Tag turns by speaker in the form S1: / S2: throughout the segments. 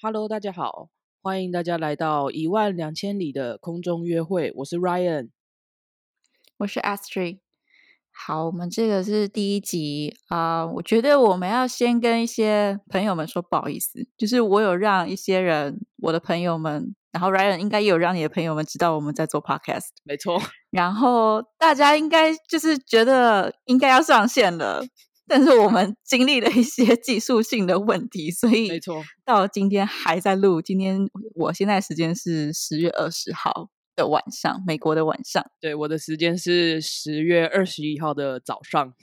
S1: Hello，大家好，欢迎大家来到一万两千里的空中约会，我是 Ryan。
S2: 我是 Astrid。好，我们这个是第一集啊、我觉得我们要先跟一些朋友们说不好意思，就是我有让一些人，我的朋友们，然后 Ryan 应该也有让你的朋友们知道我们在做 podcast，
S1: 没错，
S2: 然后大家应该就是觉得应该要上线了，但是我们经历了一些技术性的问题，所
S1: 没
S2: 以
S1: 错，
S2: 到今天还在录。今天我现在时间是十月二十号的晚上，美国的晚上。
S1: 对，我的时间是十月二十一号的早上。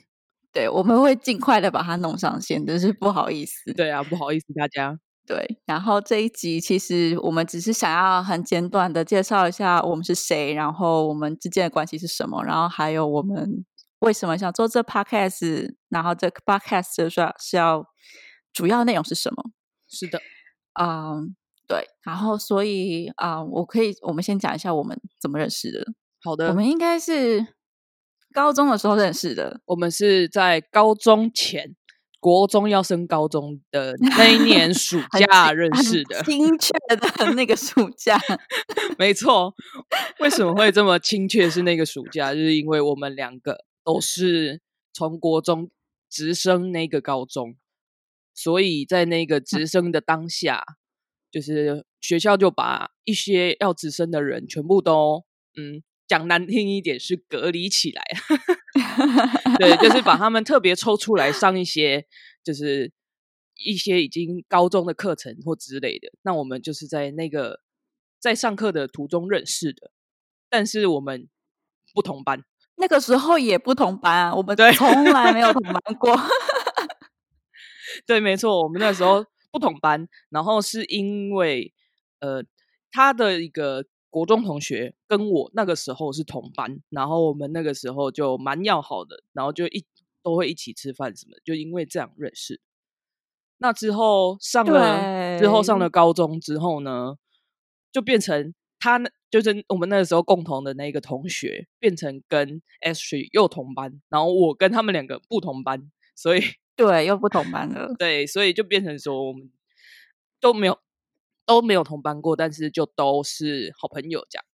S2: 对，我们会尽快的把它弄上线，真是不好意思。
S1: 对啊，不好意思大家。
S2: 对然后这一集其实我们只是想要很简短的介绍一下我们是谁，然后我们之间的关系是什么，然后还有我们为什么想做这 podcast，然后这个 podcast 是要是要主要内容是什么。
S1: 是的，
S2: 嗯，对，然后所以啊、我可以我们先讲一下我们怎么认识的。
S1: 好
S2: 我
S1: 的，
S2: 们应该是高中的时候认识的，
S1: 我们是在高中前，国中要升高中的那一年暑
S2: 很
S1: 假
S2: 清
S1: 认
S2: 很
S1: 识的。
S2: 精确的那个暑假，
S1: 没错，为什么会这么亲切？是那个暑假，就是因为我们两个都是从国中直升那个高中，所以在那个直升的当下，就是学校就把一些要直升的人全部都，嗯，讲难听一点是隔离起来， 对，就是把他们特别抽出来上一些，就是一些已经高中的课程或之类的。那我们就是在那个在上课的途中认识的，但是我们不同班，
S2: 那个时候也不同班啊，我们
S1: 对
S2: 从来没有 同班过。
S1: 对，没错，我们那时候不同班，然后是因为呃，他的一个国中同学跟我那个时候是同班，然后我们那个时候就蛮要好的，然后就一都会一起吃饭什么的，就因为这样认识。那之后上了之后上
S2: 对
S1: 了高中之后呢，就变成他那就是我们那个时候共同的那个同学，变成跟 Ashley 又同班，然后我跟他们两个不同班，所以
S2: 对，又不同班了。
S1: 对，所以就变成说我们都没有都没有同班过，但是就都是好朋友这样。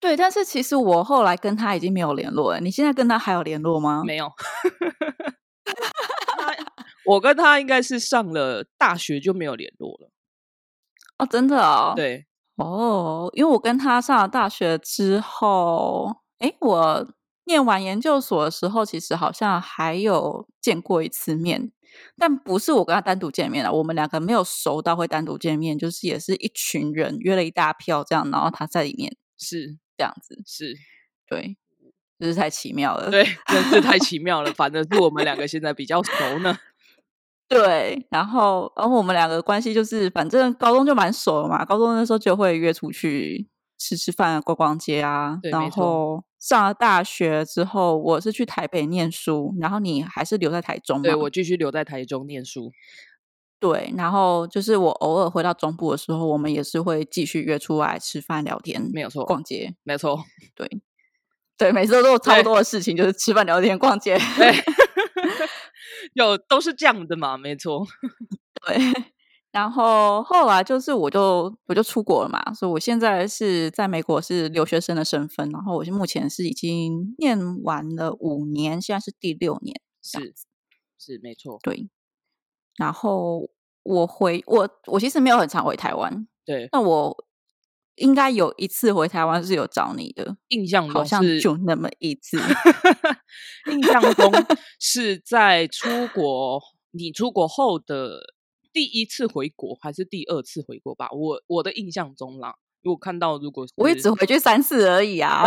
S2: 对，但是其实我后来跟他已经没有联络了。你现在跟他还有联络吗？
S1: 没 有， 他我跟他应该是上了大学就没有联络了。
S2: 哦，真的哦。，
S1: 对，
S2: 哦，因为我跟他上了大学之后，诶，我念完研究所的时候，其实好像还有见过一次面，但不是我跟他单独见面了，我们两个没有熟到会单独见面，就是也是一群人约了一大票这样，然后他在里面
S1: 是
S2: 这样子，
S1: 是，
S2: 对，就是太奇妙了，
S1: 对，真是太奇妙了。反正是我们两个现在比较熟 呢。
S2: 对，然后然后我们两个关系就是，反正高中就蛮熟了嘛，高中那时候就会约出去吃吃饭啊、逛逛街啊。
S1: 对没
S2: 然
S1: 错
S2: 后上了大学之后，我是去台北念书，然后你还是留在台中嘛？
S1: 对我继续留在台中念书。
S2: 对，然后就是我偶尔回到中部的时候，我们也是会继续约出来吃饭、聊天、
S1: 没有错
S2: 逛街。
S1: 没错，
S2: 对，对，每次都做差
S1: 对
S2: 不多的事情，就是吃饭、聊天、逛街。
S1: 对， 有都是这样的嘛，没错。
S2: 对，然后后来就是我就我就出国了嘛，所以我现在是在美国是留学生的身份，然后我是目前是已经念完了五年，现在是第六年，
S1: 是是没错，
S2: 对。然后我回我我其实没有很常回台湾，
S1: 对，
S2: 那我应该有一次回台湾是有找你的，
S1: 印象
S2: 好
S1: 中
S2: 像
S1: 是
S2: 就那么一 次，
S1: 印象中是在出国，你出国后的第一次回国还是第二次回国吧？我我的印象中啦，我看到如果
S2: 我也
S1: 是
S2: 只回去三次而 已啊。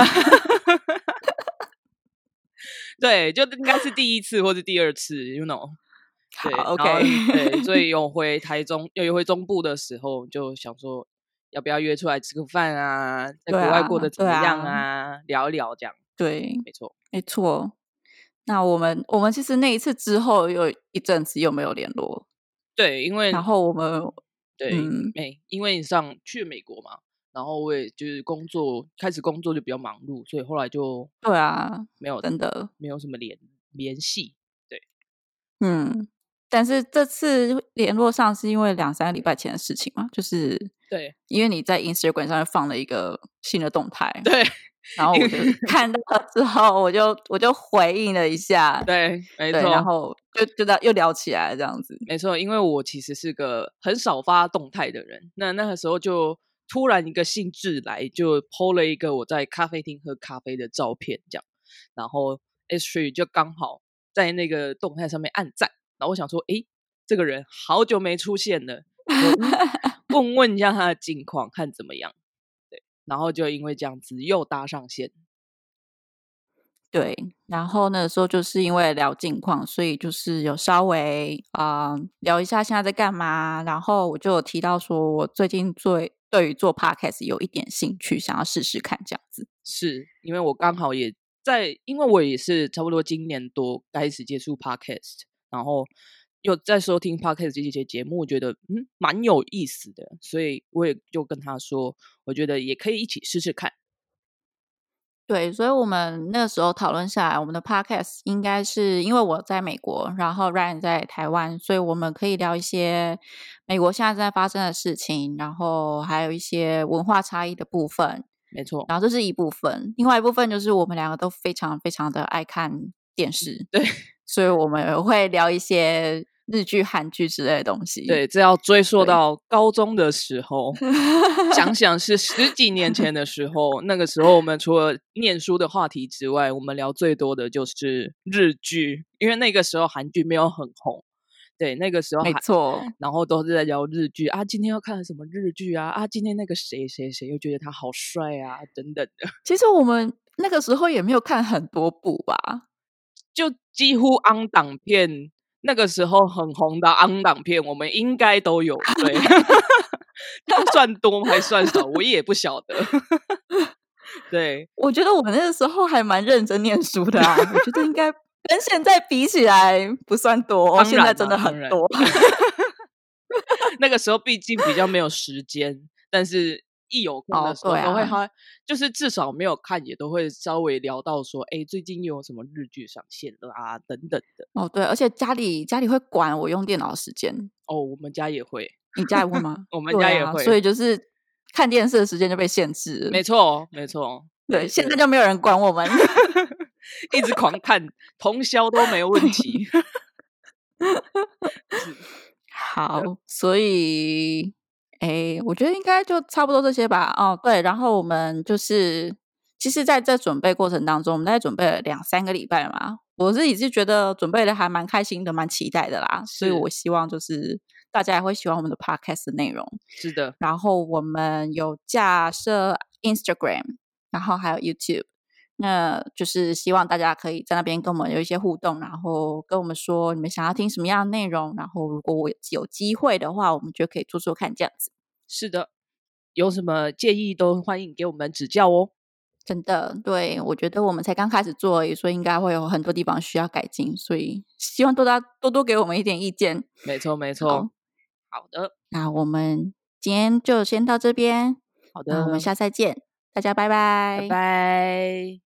S1: 对，就应该是第一次或是第二次，you know。
S2: 好
S1: 对然后
S2: ，OK，
S1: 对，所 以有回台中，有回中部的时候，就想说要不要约出来吃个饭啊，在国
S2: 对
S1: 外
S2: 啊
S1: 过得怎
S2: 对
S1: 么样
S2: 啊
S1: 啊，聊一聊这样，
S2: 对，
S1: 没错，
S2: 没错。那我们我们其实那一次之后有一阵子又没有联络，
S1: 对，因为
S2: 然后我们
S1: 对，
S2: 嗯
S1: 没、因为你上去美国嘛，然后我也就是工作开始工作就比较忙碌，所以后来就
S2: 对啊，
S1: 没有
S2: 真的
S1: 没有什么联联系，
S2: 嗯，但是这次联络上是因为两三个礼拜前的事情嘛，就是
S1: 对，
S2: 因为你在 Instagram 上面放了一个新的动态，
S1: 对
S2: 然后我就看到了之后，我就我就回应了一下，
S1: 对，没
S2: 对，然
S1: 错，
S2: 后就就到又聊起来这样子，
S1: 没错，因为我其实是个很少发动态的人，那那个时候就突然一个兴致来，就 PO 了一个我在咖啡厅喝咖啡的照片，这样，然后 H 就刚好在那个动态上面按赞，然后我想说，诶，这个人好久没出现了，我嗯问问一下他的近况，看怎么样，对，然后就因为这样子又搭上线，
S2: 对，然后那时候就是因为聊近况，所以就是有稍微啊、呃聊一下现在在干嘛。然后我就有提到说，我最近做对于做 podcast 有一点兴趣，想要试试看这样子。
S1: 是因为我刚好也在，因为我也是差不多今年多开始接触 podcast，然后又在收听 podcast 这些节目，觉得嗯蛮有意思的，所以我也就跟他说，我觉得也可以一起试试看。
S2: 对，所以我们那时候讨论下来，我们的 podcast 应该是因为我在美国，然后 Ryan 在台湾，所以我们可以聊一些美国现在正在发生的事情，然后还有一些文化差异的部分，
S1: 没错，
S2: 然后这是一部分，另外一部分就是我们两个都非常非常的爱看电视，
S1: 嗯对，
S2: 所以我们也会聊一些日剧、韩剧之类的东西。
S1: 对，，这要追溯
S2: 对
S1: 到高中的时候，想想是十几年前的时候，那个时候我们除了念书的话题之外，我们聊最多的就是日剧，因为那个时候韩剧没有很红。对，那个时候
S2: 没
S1: 韩
S2: 错，
S1: 然后都是在聊日剧啊，今天要看什么日剧啊啊，今天那个谁谁谁又觉得他好帅啊，等等的，
S2: 其实我们那个时候也没有看很多部吧。
S1: 就几乎昂档片那个时候很红的昂档片，我们应该都有 对， 算多吗还算少，我也不晓得。 对，
S2: 我觉得我那个时候还蛮认真念书的啊，我觉得应该跟现在比起来不算多，
S1: 当
S2: 现在
S1: 然
S2: 真
S1: 啦
S2: 的
S1: 当
S2: 很
S1: 然
S2: 多。
S1: 那个时候毕竟比较没有时间，但是一有空的
S2: 哦
S1: 时候
S2: 对
S1: 都会
S2: 啊
S1: 哈、就是至少没有看也都会稍微聊到说，哎，最近又有什么日剧上线了啊，等等的。
S2: 哦，对，而且家里家里会管我用电脑的时间，
S1: 哦，我们家也会，？
S2: 你家也会吗
S1: 我们
S2: 对
S1: 家也
S2: 啊
S1: 会，
S2: 所以就是看电视的时间就被限制了。
S1: 没错，没错，
S2: 对，现在
S1: 对
S2: 就没有人管我们。
S1: 一直狂看，通宵都没问题。
S2: 好，所以，哎，我觉得应该就差不多这些吧。哦，对，然后我们就是，其实在这准备过程当中，我们大概准备了两三个礼拜嘛。我自己是觉得准备的还蛮开心的，蛮期待的啦。所以
S1: 是
S2: 我希望就是大家也会喜欢我们的 podcast 的内容。
S1: 是的，
S2: 然后我们有架设 Instagram，然后还有 YouTube，那就是希望大家可以在那边跟我们有一些互动，然后跟我们说你们想要听什么样的内容，然后如果我有机会的话，我们就可以做做看这样子。
S1: 是的，有什么建议都欢迎给我们指教哦。
S2: 真的，对我觉得我们才刚开始做而已，所以应该会有很多地方需要改进，所以希望多大多多给我们一点意见。
S1: 没错，没
S2: 好
S1: 错。好的，
S2: 那我们今天就先到这边，
S1: 好的，
S2: 嗯那我们下次再见，大家拜拜，
S1: 拜拜。